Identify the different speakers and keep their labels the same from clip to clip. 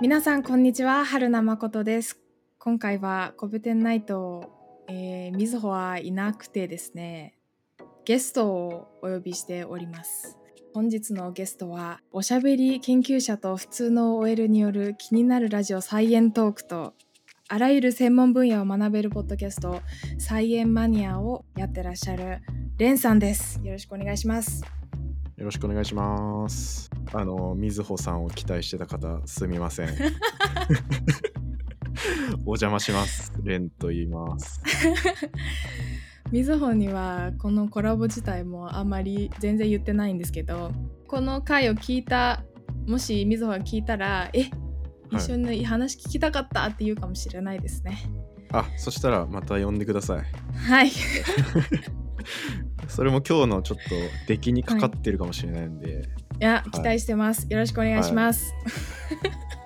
Speaker 1: 皆さんこんにちは春名誠です今回はコブテンナイト、えー、みずほはいなくてですねゲストをお呼びしております本日のゲストはおしゃべり研究者と普通の OL による気になるラジオサイエントークとあらゆる専門分野を学べるポッドキャストサイエンマニアをやってらっしゃるレンさんですよろしくお願いします
Speaker 2: よろしくお願いします。あの、みずほさんを期待してた方、すみません。お邪魔します。レンと言います。
Speaker 1: みずほにはこのコラボ自体もあんまり全然言ってないんですけどこの回を聞いたもしみずほが聞いたら「え一緒に話聞きたかった」って言うかもしれないですね。
Speaker 2: あ、そしたらまた呼んでください。
Speaker 1: はい、
Speaker 2: それも今日のちょっと出来にかかってるかもしれないんで、
Speaker 1: いや期待してます、よろしくお願いします。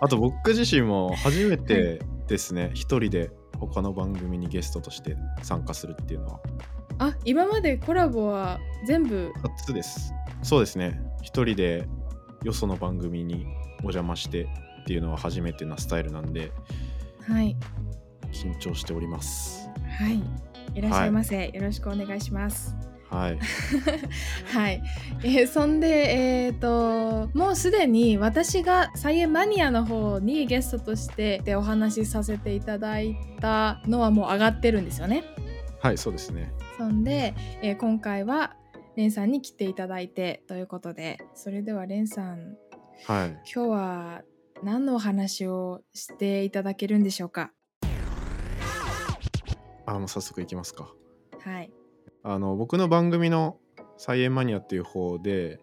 Speaker 2: あと僕自身も初めてですね、一人で他の番組にゲストとして参加するっていうのは
Speaker 1: あ今までコラボは全部
Speaker 2: 初です。そうですね。一人でよその番組にお邪魔してっていうのは初めてなスタイルなんで、
Speaker 1: はい
Speaker 2: 緊張しております。
Speaker 1: はいいらっしゃいませ、よろしくお願いします。
Speaker 2: はい。
Speaker 1: はい、えーそんで、えー、ともうすでに私が「菜園マニア」の方にゲストとしてでお話しさせていただいたのはもう上がってるんですよね。
Speaker 2: はい、そうですね。
Speaker 1: そんで、えー今回はレンさんに来ていただいてということでそれではレンさん
Speaker 2: はい。
Speaker 1: 今日は何のお話をしていただけるんでしょうか
Speaker 2: あ、もう早速いきますか。
Speaker 1: はい
Speaker 2: あの、僕の番組の菜園マニアっていう方で、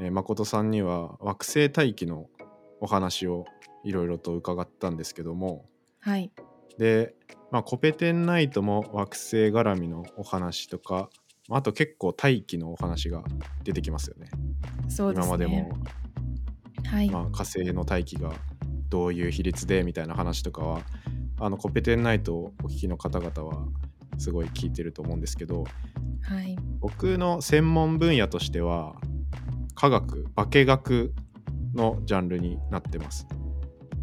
Speaker 2: えー誠さんには惑星大気のお話をいろいろと伺ったんですけども、
Speaker 1: はい
Speaker 2: で、まあ、コペテンナイトも惑星絡みのお話とか、あと結構大気のお話が出てきますよね。
Speaker 1: そうで
Speaker 2: 今
Speaker 1: す
Speaker 2: まで
Speaker 1: ね
Speaker 2: も、。
Speaker 1: はい、
Speaker 2: まあ、火星の大気がどういう比率でみたいな話とかはあのコペテンナイトをお聞きの方々はすごい聞いてると思うんですけど
Speaker 1: はい
Speaker 2: 僕の専門分野としては科学化学のジャンルになってます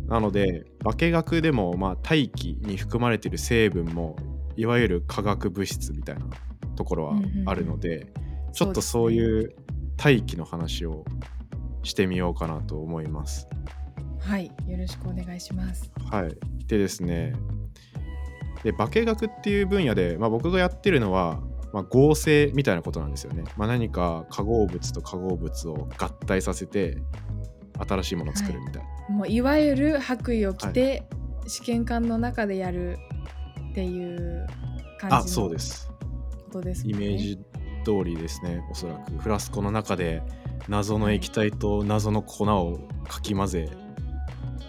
Speaker 2: なので化学でもまあ大気に含まれている成分もいわゆる化学物質みたいなところはあるので、ちょっとそう
Speaker 1: う
Speaker 2: いう大気の話をしてみようかなと思います。
Speaker 1: ですねはいよろしくお願いします。
Speaker 2: はい、でですねで化学っていう分野で、まあ、僕がやってるのは、まあ、合成みたいなことなんですよね、まあ、何か化合物と化合物を合体させて新しいものを作るみたいな、
Speaker 1: もういわゆる白衣を着て、試験管の中でやるっていう感
Speaker 2: あ
Speaker 1: じ
Speaker 2: そ
Speaker 1: の
Speaker 2: う
Speaker 1: こ
Speaker 2: です
Speaker 1: とです
Speaker 2: イ
Speaker 1: もんね
Speaker 2: メージ通りですねおそらくフラスコの中で謎の液体と謎の粉をかき混ぜ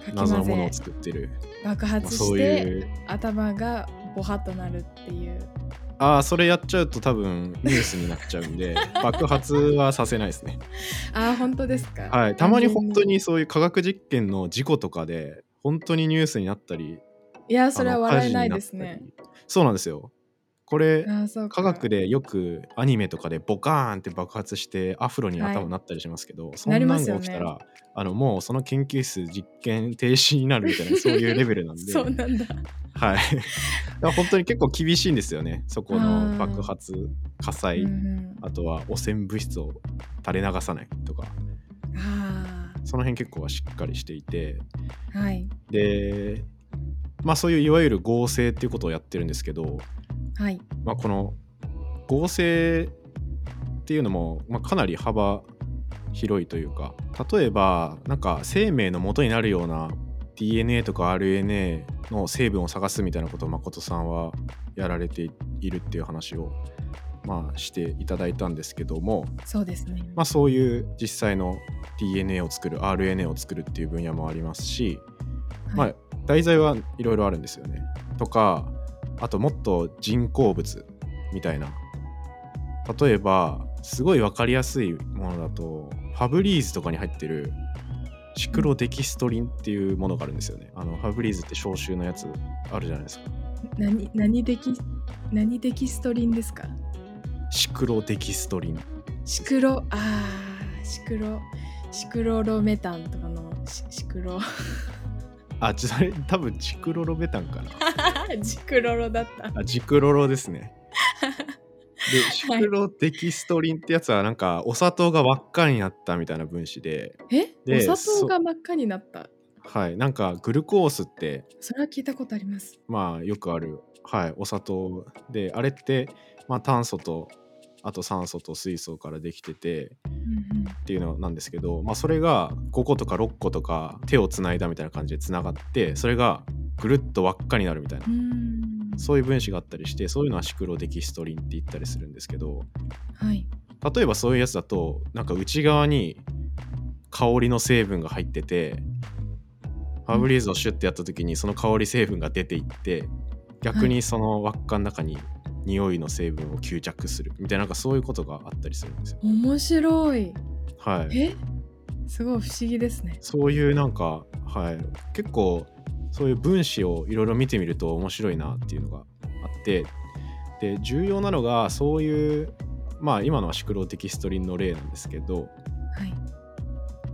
Speaker 1: かき混ぜ
Speaker 2: 謎のものを作ってる、
Speaker 1: 爆
Speaker 2: まあ
Speaker 1: 発
Speaker 2: そ
Speaker 1: し
Speaker 2: う
Speaker 1: て
Speaker 2: いう
Speaker 1: 頭がボハッとなるっていう
Speaker 2: ああそれやっちゃうと多分ニュースになっちゃうん で爆発はさせないですね
Speaker 1: あー本当ですか
Speaker 2: はい、たまに本
Speaker 1: 完
Speaker 2: 当
Speaker 1: 全
Speaker 2: にそういう科学実験の事故とかで本当にニュースになったり
Speaker 1: いやそれは
Speaker 2: あの
Speaker 1: 笑えないです
Speaker 2: 火事
Speaker 1: ね
Speaker 2: になったりそうなんですよこれ
Speaker 1: あーそうか
Speaker 2: 科学でよくアニメとかでボカーンって爆発してアフロに頭になったりしますけど、そん
Speaker 1: な
Speaker 2: な
Speaker 1: り
Speaker 2: の
Speaker 1: ま
Speaker 2: が
Speaker 1: すよね
Speaker 2: 起きたら、あのもうその研究室実験停止になる みたいなそういうレベルなんで
Speaker 1: そうなんだ
Speaker 2: はい だから本当に結構厳しいんですよねそこの爆発火災、
Speaker 1: うん
Speaker 2: あとは汚染物質を垂れ流さないとか
Speaker 1: うんあ
Speaker 2: その辺結構はしっかりしていて
Speaker 1: ーはい
Speaker 2: でまあそういういわゆる合成っていうことをやってるんですけど、
Speaker 1: はい
Speaker 2: まあ、この合成っていうのも、まあ、かなり幅広いというか例えばなんか生命の元になるような DNA とか RNA の成分を探すみたいなことを誠さんはやられているっていう話を、まあ、していただいたんですけども、
Speaker 1: そうですね
Speaker 2: まあ、そういう実際の DNA を作る RNA を作るっていう分野もありますし、
Speaker 1: は
Speaker 2: まあ
Speaker 1: い、
Speaker 2: 題材はいろいろあるんですよね。とかあともっと人工物みたいな例えばすごい分かりやすいものだとファブリーズとかに入ってるシクロデキストリンっていうものがあるんですよね。あのファブリーズって消臭のやつあるじゃないですか。
Speaker 1: 何何でき何できストリンですか
Speaker 2: シクロデキストリン。
Speaker 1: シクロ あーシクロシクロロメタンとかのシシクロ
Speaker 2: あちそれ多分ジクロロベタンかな
Speaker 1: ジクロロだった。
Speaker 2: あジクロロですねでシクロデキストリンってやつはなんかお砂糖が輪っかになったみたいな分子で
Speaker 1: え
Speaker 2: で
Speaker 1: お砂糖が真っ赤になった。
Speaker 2: はいなんかグルコースって
Speaker 1: それは聞いたことあります。
Speaker 2: まあよくある、はい、お砂糖であれって、まあ、炭素とあと酸素と水素からできてて
Speaker 1: うん
Speaker 2: っていうのなんですけど、まあ、それが5個とか6個とか手をつないだみたいな感じでつながってそれがぐるっと輪っかになるみたいな
Speaker 1: うん、うーん
Speaker 2: そういう分子があったりしてそういうのはシクロデキストリンって言ったりするんですけど
Speaker 1: はい。
Speaker 2: 例えばそういうやつだとなんか内側に香りの成分が入っててファブリーズをシュッてやった時にその香り成分が出ていって逆にその輪っかの中に匂いの成分を吸着するみたいななんかそういうことがあったりするんですよ。
Speaker 1: 面白い。
Speaker 2: はい、
Speaker 1: えすごい不思議ですね。
Speaker 2: そういうなんか、はい、結構そういう分子をいろいろ見てみると面白いなっていうのがあってで重要なのがそういうまあ今のはシクロデキストリンの例なんですけど
Speaker 1: はい。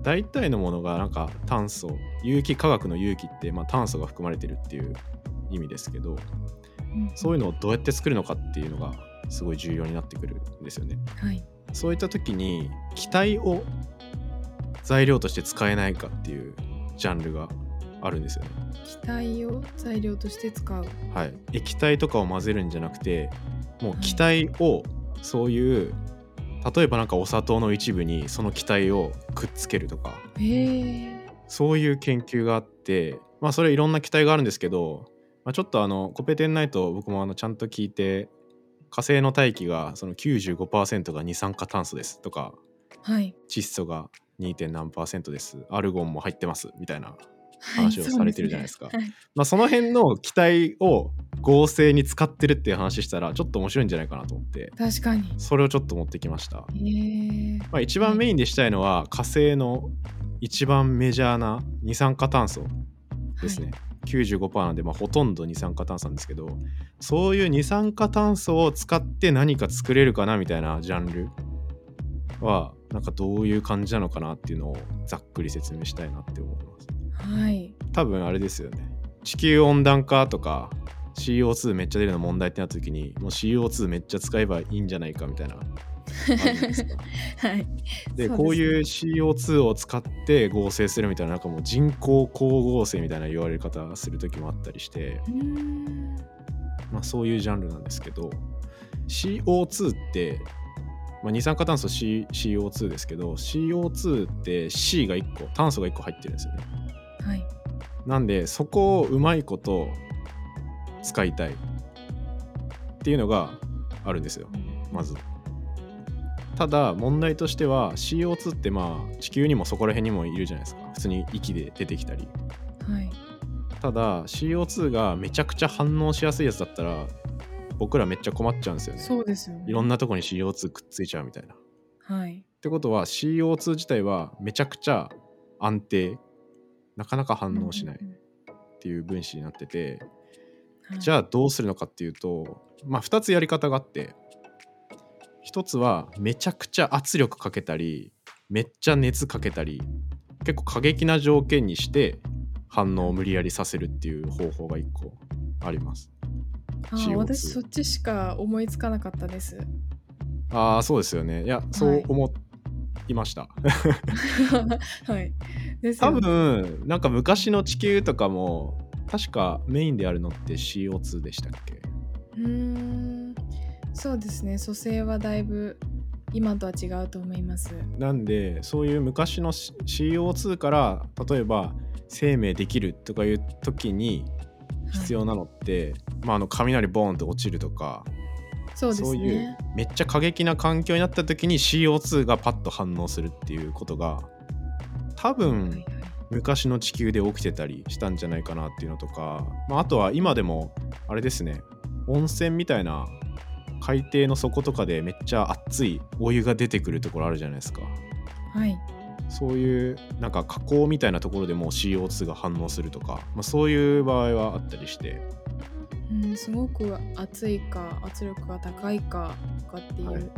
Speaker 2: 大体のものがなんか炭素有機化学の有機って、まあ、炭素が含まれてるっていう意味ですけどそういう
Speaker 1: い
Speaker 2: のをどうやって作るのかっていうのがすごい重要になってくるんですよね。
Speaker 1: うん。はい。
Speaker 2: そういった時に気体を材料として使えないかっていうジャンルがあるんですよね。
Speaker 1: 気体を材料として使う。
Speaker 2: はい、液体とかを混ぜるんじゃなくてもう気体をそういう例えばなんかお砂糖の一部にその気体をくっつけるとか
Speaker 1: へえ。
Speaker 2: そういう研究があってまあそれいろんな期待があるんですけど、まあ、ちょっとあのコペテンナイト僕もあのちゃんと聞いて火星の大気がその95%が二酸化炭素ですとか
Speaker 1: はい。
Speaker 2: 窒素が 2. 点何パーセントですアルゴンも入ってますみたいな、
Speaker 1: はい
Speaker 2: 話をされてるじゃないですか
Speaker 1: そうね
Speaker 2: まあ、その辺の期待を合成に使ってるっていう話したらちょっと面白いんじゃないかなと思って
Speaker 1: はい確かに。
Speaker 2: それをちょっと持ってきました、
Speaker 1: へえ。
Speaker 2: まあ、一番メインでしたいのは火星の一番メジャーな二酸化炭素です
Speaker 1: は
Speaker 2: ね、
Speaker 1: い。
Speaker 2: 95%なんで、まあ、ほとんど二酸化炭素なんですけどそういう二酸化炭素を使って何か作れるかなみたいなジャンルはなんかどういう感じなのかなっていうのをざっくり説明したいなって思います
Speaker 1: はい。
Speaker 2: 多分あれですよね地球温暖化とか CO2 めっちゃ出るの問題ってなった時にもう CO2 めっちゃ使えばいいんじゃないか みたいなあるじゃないですか
Speaker 1: はい。そ
Speaker 2: で
Speaker 1: うですね
Speaker 2: こういう CO2 を使って合成するみたいななんかもう人工光合成みたいな言われ方する時もあったりして
Speaker 1: うーん。
Speaker 2: まあ、そういうジャンルなんですけど CO2 って、まあ、二酸化炭素、C、CO2 ですけど CO2 って C が1個炭素が1個入ってるんですよね
Speaker 1: はい。
Speaker 2: なんでそこをうまいこと使いたいっていうのがあるんですよまずただ問題としては CO2 ってまあ地球にもそこら辺にもいるじゃないですか普通に息で出てきたり
Speaker 1: はい。
Speaker 2: ただ CO2 がめちゃくちゃ反応しやすいやつだったら僕らめっちゃ困っちゃうんですよね
Speaker 1: そうですよね。
Speaker 2: いろんなとこに CO2 くっついちゃうみたいな。っ
Speaker 1: はい。
Speaker 2: てことは CO2 自体はめちゃくちゃ安定なかなか反応しないっていう分子になっててじ
Speaker 1: あ、
Speaker 2: ゃあどうするのかっていうとまあ2つやり方があって1つはめちゃくちゃ圧力かけたりめっちゃ熱かけたり結構過激な条件にして反応を無理やりさせるっていう方法が1個あります。
Speaker 1: あー
Speaker 2: CO2
Speaker 1: 私そっちしか思いつかなかったです。
Speaker 2: ああそうですよね。いやそう思いま した。
Speaker 1: はい。です
Speaker 2: 多
Speaker 1: よね
Speaker 2: 分なんか昔の地球とかも確かメインであるのって CO2 でしたっけ
Speaker 1: うーん。そうですね。蘇生はだいぶ今とは違うと思います。
Speaker 2: なんでそういう昔の C- CO2 から例えば生命できるとかいう時に必要なのって、まあ、あの雷ボーンって落ちるとか
Speaker 1: そうです
Speaker 2: そういう
Speaker 1: ね。
Speaker 2: めっちゃ過激な環境になった時に CO2 がパッと反応するっていうことが多分、
Speaker 1: はいはい
Speaker 2: 昔の地球で起きてたりしたんじゃないかなっていうのとか、まあ、あとは今でもあれですね温泉みたいな海底の底とかでめっちゃ熱いお湯が出てくるところあるじゃないですか
Speaker 1: はい。
Speaker 2: そういうなんか加工みたいなところでもう CO2 が反応するとか、まあ、そういう場合はあったりして
Speaker 1: うん、すごく暑いか圧力が高いかとかってい
Speaker 2: はいう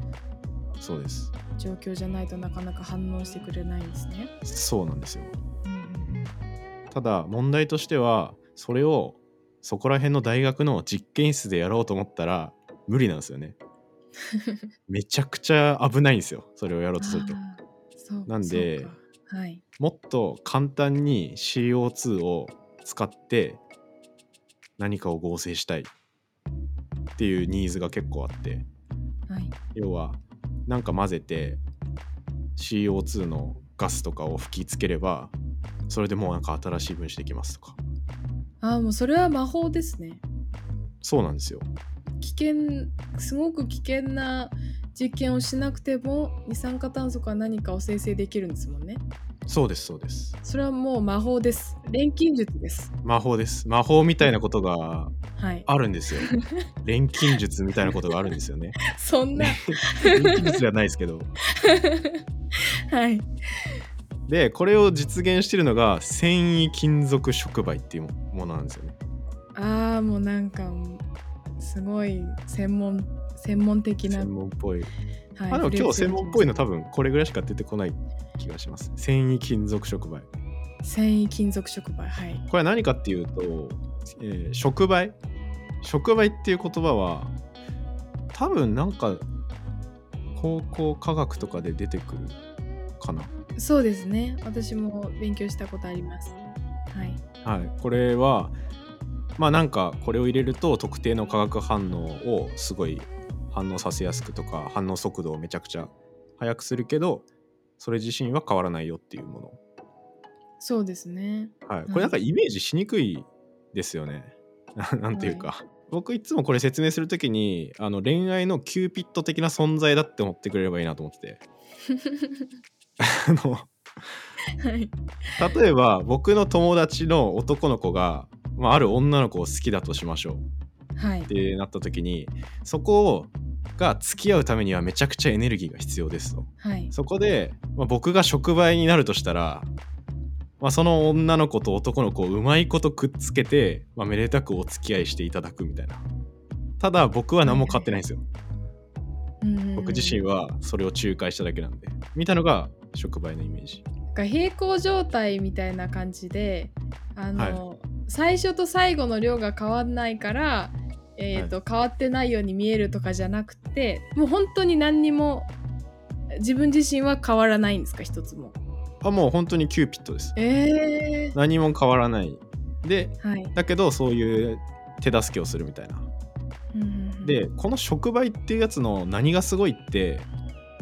Speaker 2: そうです
Speaker 1: 状況じゃないとなかなか反応してくれないんですね。
Speaker 2: そうなんですよ
Speaker 1: うんうんうん
Speaker 2: ただ問題としてはそれをそこら辺の大学の実験室でやろうと思ったら無理なんです よねめちゃくちゃ危ないんですよそれをやろうとすると
Speaker 1: あーそう
Speaker 2: なんで
Speaker 1: そうかはい
Speaker 2: もっと簡単に CO2 を使って何かを合成したいっていうニーズが結構あって
Speaker 1: はい
Speaker 2: 要はなんか混ぜて CO2 のガスとかを吹きつければそれでもうなんか新しい分子できますとか
Speaker 1: ああもうそれは魔法ですね
Speaker 2: そうなんですよ
Speaker 1: 危険すごく危険な実験をしなくても二酸化炭素か何かを生成できるんですもんね
Speaker 2: そうですそうです
Speaker 1: それはもう魔法です錬金術です
Speaker 2: 魔法です魔法みたいなことが
Speaker 1: はい
Speaker 2: あるんですよ錬金術みたいなことがあるんですよね
Speaker 1: そんな
Speaker 2: 錬金術ではないですけど
Speaker 1: はい
Speaker 2: でこれを実現してるのが繊維金属触媒っていうものなんですよね
Speaker 1: ああもうなんかもうすごい専門専門的な
Speaker 2: 専門っぽい
Speaker 1: はい
Speaker 2: あで
Speaker 1: フ
Speaker 2: も
Speaker 1: レ
Speaker 2: 今
Speaker 1: ー
Speaker 2: 日
Speaker 1: ズ
Speaker 2: 専門っぽいの多分これぐらいしか出てこない気がします繊維金属触媒
Speaker 1: 繊維金属触媒はい
Speaker 2: これは何かっていうと、えー触媒触媒っていう言葉は多分なんか高校科学とかで出てくるかな
Speaker 1: そうですね私も勉強したことありますはい
Speaker 2: はい、これはまあなんかこれを入れると特定の化学反応をすごい反応させやすくとか反応速度をめちゃくちゃ速くするけどそれ自身は変わらないよっていうも
Speaker 1: そうです ね
Speaker 2: の、はい、これなんかイメージしにくいですよね ななんていうか、僕いつもこれ説明する時にあの恋愛のキューピッド的な存在だって思ってくれればいいなと思っててあの
Speaker 1: はい
Speaker 2: 例えば僕の友達の男の子が、まあ、ある女の子を好きだとしましょう
Speaker 1: はい
Speaker 2: ってなった時にそこが付き合うためにはめちゃくちゃエネルギーが必要ですと
Speaker 1: はい
Speaker 2: そこで、まあ、僕が触媒になるとしたら、まあ、その女の子と男の子をうまいことくっつけて、まあ、めでたくお付き合いしていただくみたいなただ僕は何も買ってないんですよ僕自身
Speaker 1: は
Speaker 2: はそれを仲介しただけなんでみたいのが触媒のイメージ
Speaker 1: が平行状態みたいな感じであの、最初と最後の量が変わんないから、えーと変わってないように見えるとかじゃなくてもう本当に何にも自分自身は変わらないんですか一つも。
Speaker 2: あもう本当にキューピッドです
Speaker 1: えー、
Speaker 2: 何も変わらないで
Speaker 1: はい。
Speaker 2: だけどそういう手助けをするみたいな
Speaker 1: うんうんうん
Speaker 2: でこの触媒っていうやつの何がすごいって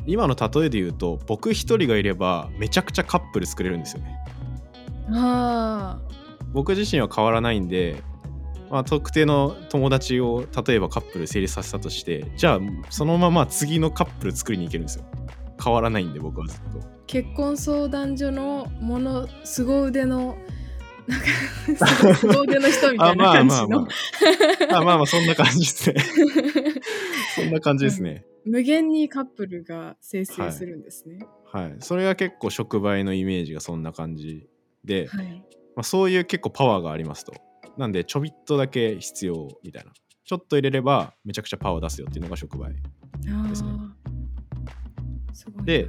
Speaker 2: 今の例えで言うと僕一人がいればめちゃくちゃカップル作れるんですよね
Speaker 1: あ
Speaker 2: 僕自身は変わらないんで、まあ、特定の友達を例えばカップル成立させたとしてじゃあそのまま次のカップル作りに行けるんですよ変わらないんで僕はずっと
Speaker 1: ー結婚相談所のものすご腕のなんかすごすご腕の人みたいな感じの
Speaker 2: あまあまあそんな感じで すねそんな感じですね
Speaker 1: 無限にカップルが生成するんですね。
Speaker 2: はいそれが結構触媒のイメージがそんな感じで、
Speaker 1: はい
Speaker 2: まあ、そういう結構パワーがありますと。なんで、ちょびっとだけ必要みたいな。ちょっと入れればめちゃくちゃパワー出すよっていうのが触媒。ですね
Speaker 1: あーすごいな
Speaker 2: で、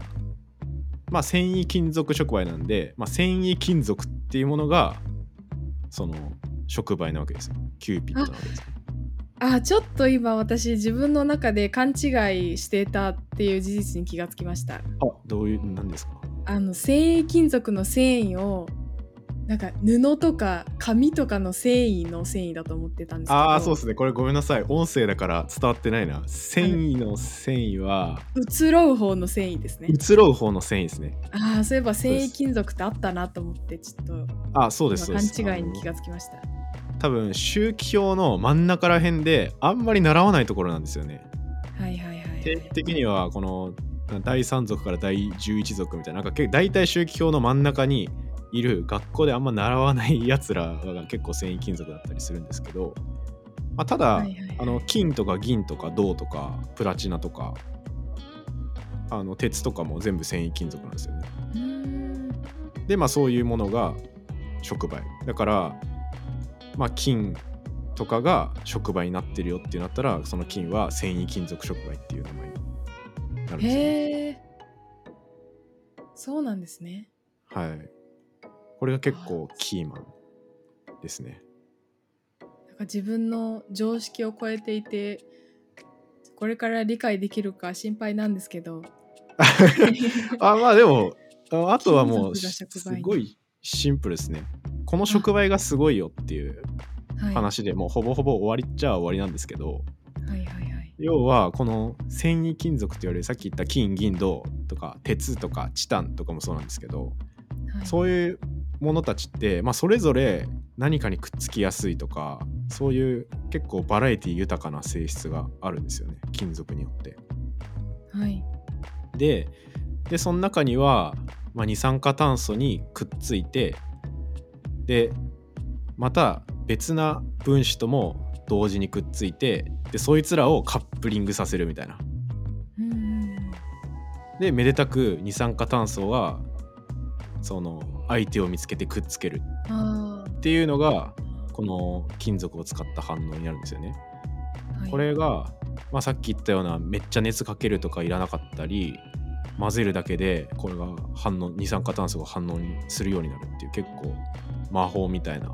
Speaker 2: まあ、繊維金属触媒なんで、まあ、繊維金属っていうものが、その、触媒なわけですよ。キューピッドなわけですね。
Speaker 1: あちょっと今私自分の中で勘違いしていたっていう事実に気がつきました
Speaker 2: あどういう、なんですか
Speaker 1: あの繊維金属の繊維をなんか布とか紙とかの繊維の繊維だと思ってたんですけど
Speaker 2: ああ、そうですね。これごめんなさい。音声だから伝わってないな。繊維の繊維は、
Speaker 1: 移ろう方の繊維ですね
Speaker 2: 移ろう方の繊維ですね。
Speaker 1: ああそういえば
Speaker 2: う
Speaker 1: 繊
Speaker 2: です
Speaker 1: 維金属ってあったなと思ってちょっと
Speaker 2: あそうです、そうです。
Speaker 1: 今勘違いに気がつきました
Speaker 2: 多分、周期表の真ん中ら辺で、あんまり習わないところなんですよね。
Speaker 1: はいはいはいはい
Speaker 2: 定期的にはこの第3族から第11族みたいななんか結構大体周期表の真ん中にいる学校であんま習わないやつらが結構繊維金属だったりするんですけど、まあ、ただ、
Speaker 1: はいはいはい
Speaker 2: あの金とか銀とか銅とかプラチナとかあの鉄とかも全部繊維金属なんですよね。
Speaker 1: うーん
Speaker 2: でまあそういうものが触媒だからまあ金とかが触媒になってるよってなったらその金は繊維金属触媒っていう名前になるんですよね
Speaker 1: へえそうなんですね
Speaker 2: はいこれが結構キーマンですね。
Speaker 1: なんか自分の常識を超えていてこれから理解できるか心配なんですけ ど
Speaker 2: あまあでもああとはもう
Speaker 1: 金
Speaker 2: す
Speaker 1: 属が触媒に
Speaker 2: ごいシンプルですね。この触媒がすごいよっていう
Speaker 1: はい、はい
Speaker 2: 話でもうほぼほぼ終わりっちゃ終わりなんですけど
Speaker 1: はいはい
Speaker 2: 要はこの繊維金属って言われるさっき言った金銀銅とか鉄とかチタンとかもそうなんですけど
Speaker 1: はい
Speaker 2: そういうものたちって、まあ、それぞれ何かにくっつきやすいとかそういう結構バラエティ豊かな性質があるんですよね金属によって。
Speaker 1: はい
Speaker 2: ででその中には、まあ、二酸化炭素にくっついてでまた別な分子とも同時にくっついてでそいつらをカップリングさせるみたいな。
Speaker 1: うんうん
Speaker 2: でめでたく二酸化炭素はその相手を見つけてくっつける
Speaker 1: うんあ
Speaker 2: っていうのが
Speaker 1: ー
Speaker 2: この金属を使った反応になるんですよね。
Speaker 1: はい
Speaker 2: これが、まあ、さっき言ったようなめっちゃ熱かけるとかいらなかったり混ぜるだけでこれが反応二酸化炭素が反応にするようになるっていう結構魔法みたいな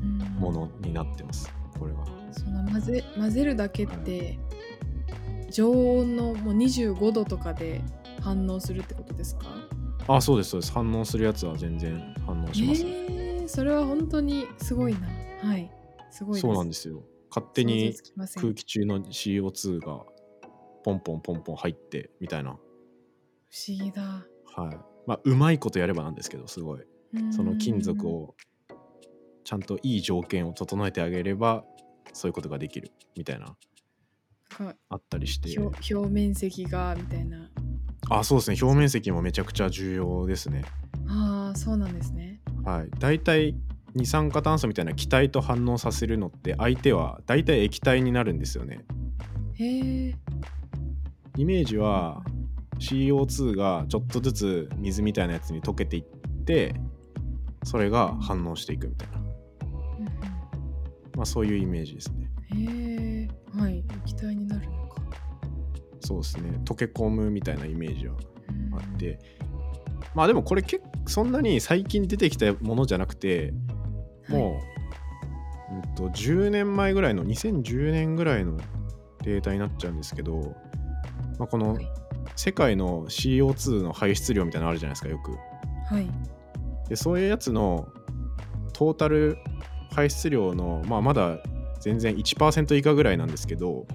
Speaker 1: うん
Speaker 2: ものになってますこれが
Speaker 1: その混ぜ混ぜるだけって常温のもう25度とかで反応するってことですか
Speaker 2: あそうですそうです反応するやつは全然反応します、ね
Speaker 1: えーそれは本当にすごいなはいすごいです
Speaker 2: そうなんですすよ勝手に空
Speaker 1: 空
Speaker 2: 気中の CO2 がポンポンポンポン入ってみたいな
Speaker 1: 不思議だ
Speaker 2: はいまあうまいことやればなんですけどすごい
Speaker 1: うん
Speaker 2: その金属をちゃんといい条件を整えてあげればそういうことができるみたいな
Speaker 1: なんか
Speaker 2: あったりして
Speaker 1: 表表面積がみたいな
Speaker 2: あそうですね表面積もめちゃくちゃ重要ですね
Speaker 1: ああそうなんですね
Speaker 2: はい大体二酸化炭素みたいな気体と反応させるのって相手は大体液体になるんですよね
Speaker 1: へえ
Speaker 2: イメージは CO2 がちょっとずつ水みたいなやつに溶けていってそれが反応していくみたいな、まあ、そういうイメージですね
Speaker 1: へえはい液体になるのか
Speaker 2: そうですね溶け込むみたいなイメージは
Speaker 1: うん
Speaker 2: あってまあでもこれ結構そんなに最近出てきたものじゃなくてもう、うんと10年前ぐらいの2010年ぐらいのデータになっちゃうんですけど、まあ、この
Speaker 1: はい
Speaker 2: 世界の CO2 の排出量みたいなのあるじゃないですかよく。
Speaker 1: はい
Speaker 2: でそういうやつのトータル排出量の、まあ、まだ全然1%以下ぐらいなんですけど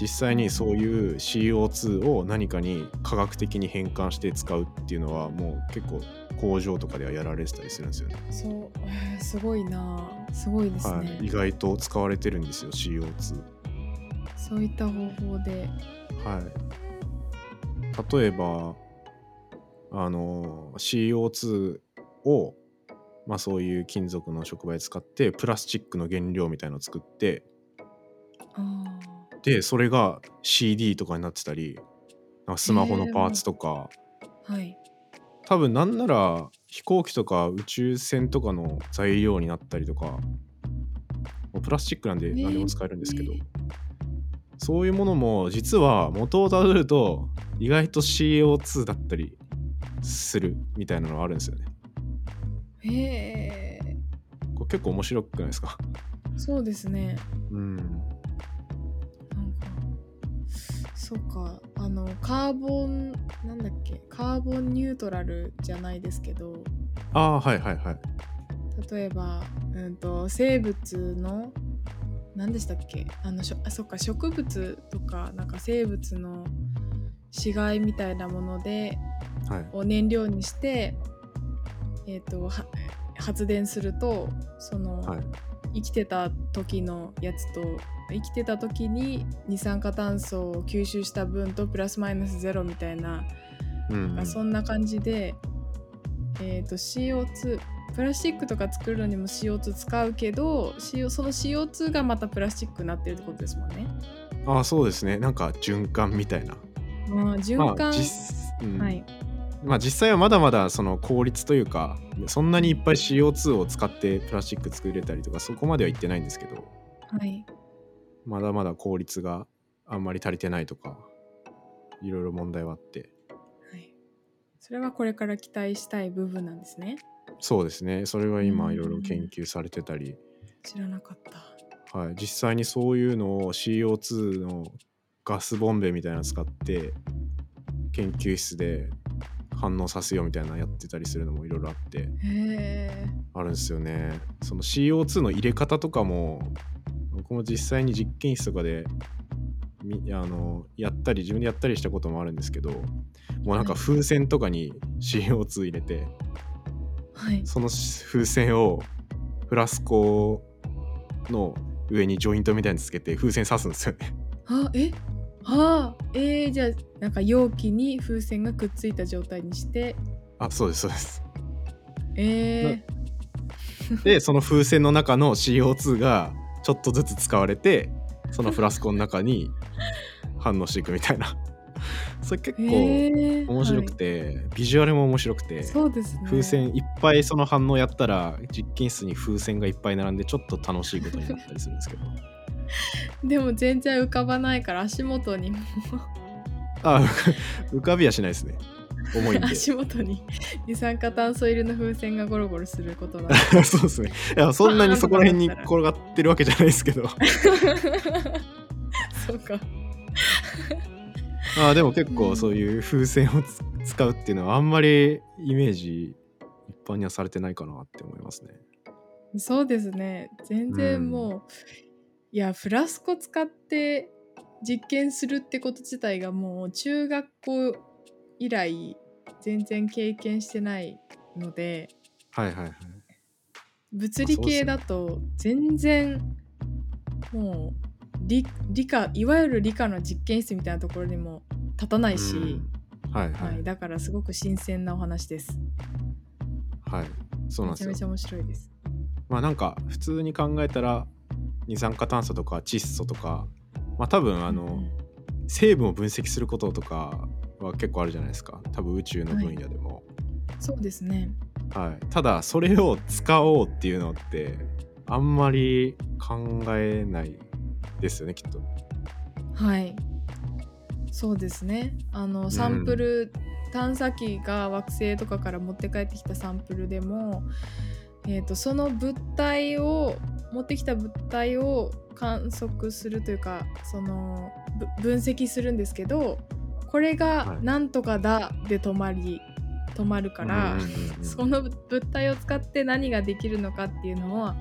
Speaker 2: 実際にそういう CO2 を何かに科学的に変換して使うっていうのはもう結構工場とかではやられてたりするんですよね、
Speaker 1: そうえーすごいなすごいですね、
Speaker 2: はい、意外と使われてるんですよ CO2
Speaker 1: そういった方法で
Speaker 2: はい例えばあの CO2 をまあそういう金属の触媒使ってプラスチックの原料みたいのを作って
Speaker 1: あ
Speaker 2: でそれが CD とかになってたりなんかスマホのパーツとか、
Speaker 1: ーはい
Speaker 2: 多分なんなら飛行機とか宇宙船とかの材料になったりとかもうプラスチックなんで
Speaker 1: ね
Speaker 2: 何でも使えるんですけど、
Speaker 1: ね
Speaker 2: そういうものも実は元をたどると意外と CO2 だったりするみたいなのがあるんですよね。
Speaker 1: へえ
Speaker 2: これ結構面白くないですか
Speaker 1: そうですね
Speaker 2: うん。
Speaker 1: なんかそうかあのカーボンなんだっけカーボンニュートラルじゃないですけど
Speaker 2: ああはいはいはい。
Speaker 1: 例えば、うん、と生物の何でしたっけあのしょあそっか植物とかなんか生物の死骸みたいなもので
Speaker 2: はい、
Speaker 1: を燃料にして、えー、とは発電するとその、
Speaker 2: はい
Speaker 1: 生きてた時のやつと生きてた時に二酸化炭素を吸収した分とプラスマイナスゼロみたいな、
Speaker 2: うんうん
Speaker 1: そんな感じで、えー、と CO2 プラスチックとか作るのにも CO2 使うけど CO その CO2 がまたプラスチックになってるってことですもんね。
Speaker 2: ああそうですねなんか循環みたいな。
Speaker 1: まあ、循
Speaker 2: ま
Speaker 1: 環、
Speaker 2: あ実うん
Speaker 1: はい、
Speaker 2: まあ、実際はまだまだその効率というかそんなにいっぱい CO2 を使ってプラスチック作れたりとかそこまでは言ってないんですけど
Speaker 1: はい、
Speaker 2: まだまだ効率があんまり足りてないとかいろいろ問題はあって
Speaker 1: はい。それはこれから期待したい部分なんですね。
Speaker 2: そうですねそれは
Speaker 1: う
Speaker 2: 今
Speaker 1: ん
Speaker 2: いろいろ研究されてたり、
Speaker 1: 知らなかった。
Speaker 2: はい、実際にそういうのを CO2 のガスボンベみたいなの使って研究室で反応させようみたいなのやってたりするのもいろいろあって
Speaker 1: へえ。
Speaker 2: あるんですよねその CO2 の入れ方とかも僕も実際に実験室とかでみあのやったり自分でやったりしたこともあるんですけどもうなんか風船とかに CO2 入れて
Speaker 1: はい。
Speaker 2: その風船をフラスコの上にジョイントみたいにつけて風船刺すんですよね。
Speaker 1: あえあえー、じゃあなんか容器に風船がくっついた状態にして
Speaker 2: あそうですそう です。
Speaker 1: え
Speaker 2: でその風船の中の CO2 がちょっとずつ使われてそのフラスコの中に反応していくみたいな。 それ結
Speaker 1: ー、
Speaker 2: 構
Speaker 1: えー
Speaker 2: 面白く、て、ビジュアルも面白くて
Speaker 1: はい、そうですね
Speaker 2: 風船いっぱいその反応やったら実験室に風船がいっぱい並んでちょっと楽しいことになったりするんですけど。
Speaker 1: でも全然浮かばないから足元にも
Speaker 2: あ浮かびはしないですね。重 いんで。
Speaker 1: 足元に二酸化炭素入りの風船がゴロゴロすること なん
Speaker 2: そうですね。いや、そん なにそこら辺に転がってるわけじゃないですけど。
Speaker 1: そうか
Speaker 2: あーでも結構そういう風船をつ使うっていうのはあんまりイメージ一般にはされてないかなって思いますね。
Speaker 1: そうですね全
Speaker 2: うん
Speaker 1: 然もう、いやフラスコ使って実験するってこと自体がもう中学校以来全然経験してないので
Speaker 2: はいはいはい。
Speaker 1: 物理系だと全然もう理理科いわゆる理科の実験室みたいなところにも立たないし、
Speaker 2: うんはいは
Speaker 1: はいい、。だからすごく新鮮なお話です。
Speaker 2: はい。そうなん
Speaker 1: めちゃ
Speaker 2: ですよ
Speaker 1: めち。ゃ面白いです。
Speaker 2: まあなんか普通に考えたら二酸化炭素とか窒素とか、まあ多分あ
Speaker 1: うんう
Speaker 2: の
Speaker 1: ん
Speaker 2: 成分を分析することとかは結構あるじゃないですか。多分宇宙の分野でも。
Speaker 1: そうですね。
Speaker 2: はい、ただそれを使おうっていうのってあんまり考えないですよねきっと。
Speaker 1: はい。そうですね。あのサンプル、探査機が惑星とかから持って帰ってきたサンプルでも、えー、とその物体を持ってきた物体を観測するというかそのぶ分析するんですけどこれ
Speaker 2: は
Speaker 1: が
Speaker 2: い
Speaker 1: なんとかだで止まり止まるから、
Speaker 2: うんうんうん
Speaker 1: その物体を使って何ができるのかっていうのは、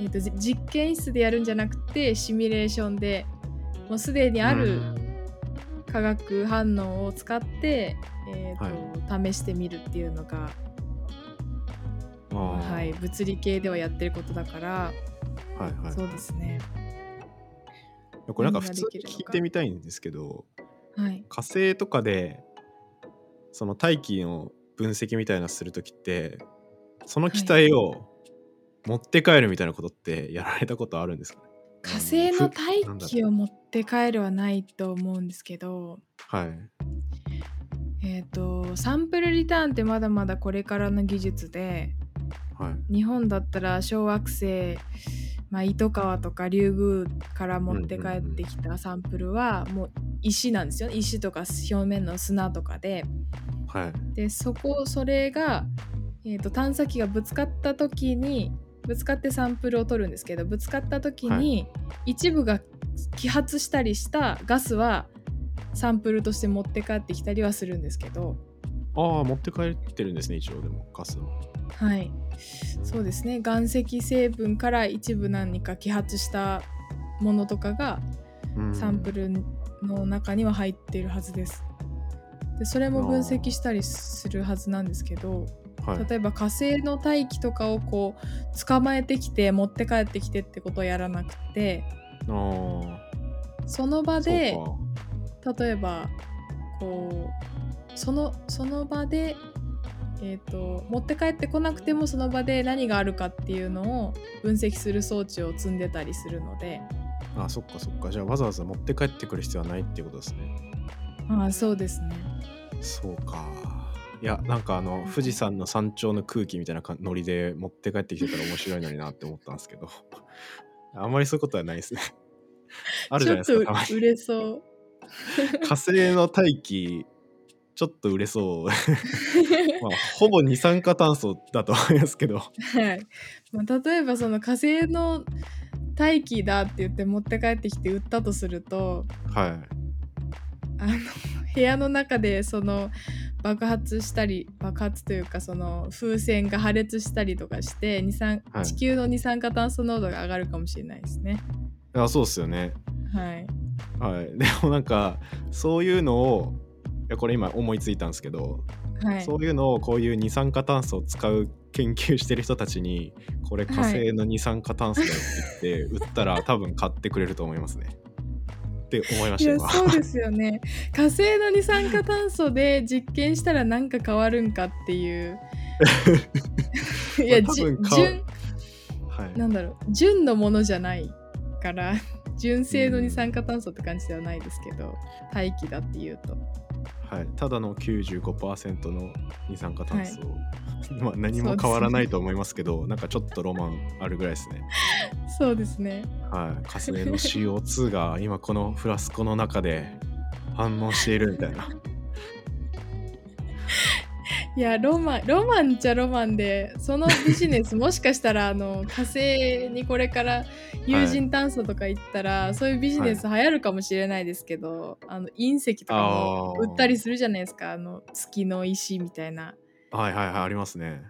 Speaker 1: えー、とじ実験室でやるんじゃなくてシミュレーションでもうすでにあ
Speaker 2: う
Speaker 1: る
Speaker 2: ん
Speaker 1: 化学反応を使って、えーと
Speaker 2: は
Speaker 1: 試してみるっていうのが、
Speaker 2: あー
Speaker 1: は、
Speaker 2: はいい
Speaker 1: 物理系ではやってることだから、
Speaker 2: はい
Speaker 1: そうですね。
Speaker 2: これなんか普通に
Speaker 1: 何ができるのか
Speaker 2: 聞いてみたいんですけど
Speaker 1: はい、
Speaker 2: 火星とかでその大気の分析みたいなのする時ってその機体を持って帰るみたいなことってやられたことあるんですかね
Speaker 1: 火星の大
Speaker 2: なんだろ
Speaker 1: 気
Speaker 2: う
Speaker 1: を持って帰るはないと思うんですけど、
Speaker 2: はい
Speaker 1: えー、とサンプルリターンってまだまだこれからの技術で
Speaker 2: はい
Speaker 1: 日本だったら小惑星、まあ、糸川とか竜宮から持って帰ってきたサンプルはもう石なんですよね石とか表面の砂とかで
Speaker 2: はい
Speaker 1: でそこそれが、えー、と探査機がぶつかった時にぶつかってサンプルを取るんですけどぶつかった時に、
Speaker 2: は
Speaker 1: 一部が揮発したりしたガスはサンプルとして持って帰ってきたりはするんですけど、
Speaker 2: ああ持って帰ってるんですね一応でもガスを
Speaker 1: はい、そうですね岩石成分から一部何か揮発したものとかが
Speaker 2: うん
Speaker 1: サンプルの中には入っているはずです。でそれも分析したりするはずなんですけど、
Speaker 2: はい
Speaker 1: 例えば火星の大気とかをこう捕まえてきて持って帰ってきてってことをやらなくて
Speaker 2: あー
Speaker 1: その場で
Speaker 2: そうか
Speaker 1: 例えばこうそのその場で、えー、と持って帰ってこなくてもその場で何があるかっていうのを分析する装置を積んでたりするので
Speaker 2: あそっかそっかじゃあわざわざ持って帰ってくる必要はないってことですね
Speaker 1: ああそうですね
Speaker 2: そうかいやなんかあの富士山の山頂の空気みたいなかノリで持って帰ってきてたら面白いのになって思ったんですけど あんまりそういうことはないで すねあるじゃないですかたま
Speaker 1: ちょっと売
Speaker 2: に
Speaker 1: れそう
Speaker 2: 火星の大気ちょっと売れそう、 まあ、ほぼ二酸化炭素だと思いますけ ど
Speaker 1: はいまあ、例えばその火星の大気だって言って持って帰ってきて売ったとすると
Speaker 2: はい
Speaker 1: あの部屋の中でその爆発したり爆発というかその風船が破裂したりとかして二酸、
Speaker 2: はい
Speaker 1: 地球の二酸化炭素濃度が上がるかもしれないですね。
Speaker 2: あそうですよね
Speaker 1: はい、
Speaker 2: はいでもなんかそういうのをいやこれ今思いついたんですけど、
Speaker 1: はい、
Speaker 2: そういうのをこういう二酸化炭素を使う研究してる人たちにこれ火星の二酸化炭素だって言 って売ったら、多分買ってくれると思いますねって思いま
Speaker 1: い
Speaker 2: した
Speaker 1: や
Speaker 2: 今
Speaker 1: そうですよね火星の二酸化炭素で実験したら何か変わるんかっていう いや、
Speaker 2: まあ
Speaker 1: じ
Speaker 2: 多分変わ
Speaker 1: 純
Speaker 2: はい
Speaker 1: なんだろう純のものじゃないから純正の二酸化炭素って感じではないですけど、大気だっていうと
Speaker 2: はい、ただの95%の二酸化炭素、まあ何も変わらないと思いますけどなんかちょっとロマンあるぐらいですね、
Speaker 1: そうですね
Speaker 2: はい、火星の CO2 が今このフラスコの中で反応しているみたいな
Speaker 1: いやロマンロマンっちゃロマンでそのビジネスもしかしたらあの火星にこれから有人探査とか行ったら、そういうビジネス流行るかもしれないですけど、あの隕石とかも
Speaker 2: あー
Speaker 1: 売ったりするじゃないですかあの月の石みたいな
Speaker 2: はいはいはいありますね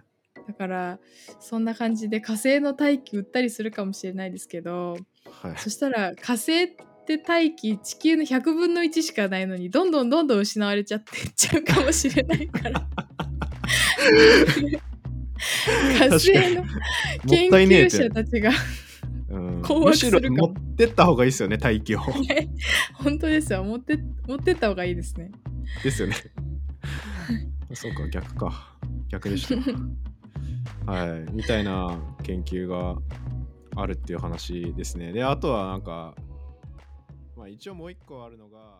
Speaker 1: だからそんな感じで火星の大気売ったりするかもしれないですけど
Speaker 2: はい
Speaker 1: そしたら火星って大気地球の100分の1しかないのにどんどんどんどん失われちゃってっちゃうかもしれないから火星の研
Speaker 2: もったいねえ
Speaker 1: 究
Speaker 2: って
Speaker 1: 者たちが
Speaker 2: うん
Speaker 1: 困惑
Speaker 2: むし
Speaker 1: す
Speaker 2: ろ
Speaker 1: るかも
Speaker 2: 持ってった方がいいですよね大気を
Speaker 1: 本当ですよ持って持ってった方がいいですね
Speaker 2: ですよね そうか逆か逆でし たはいみたいな研究があるっていう話ですねであとはなんかまあ一応もう一個あるのが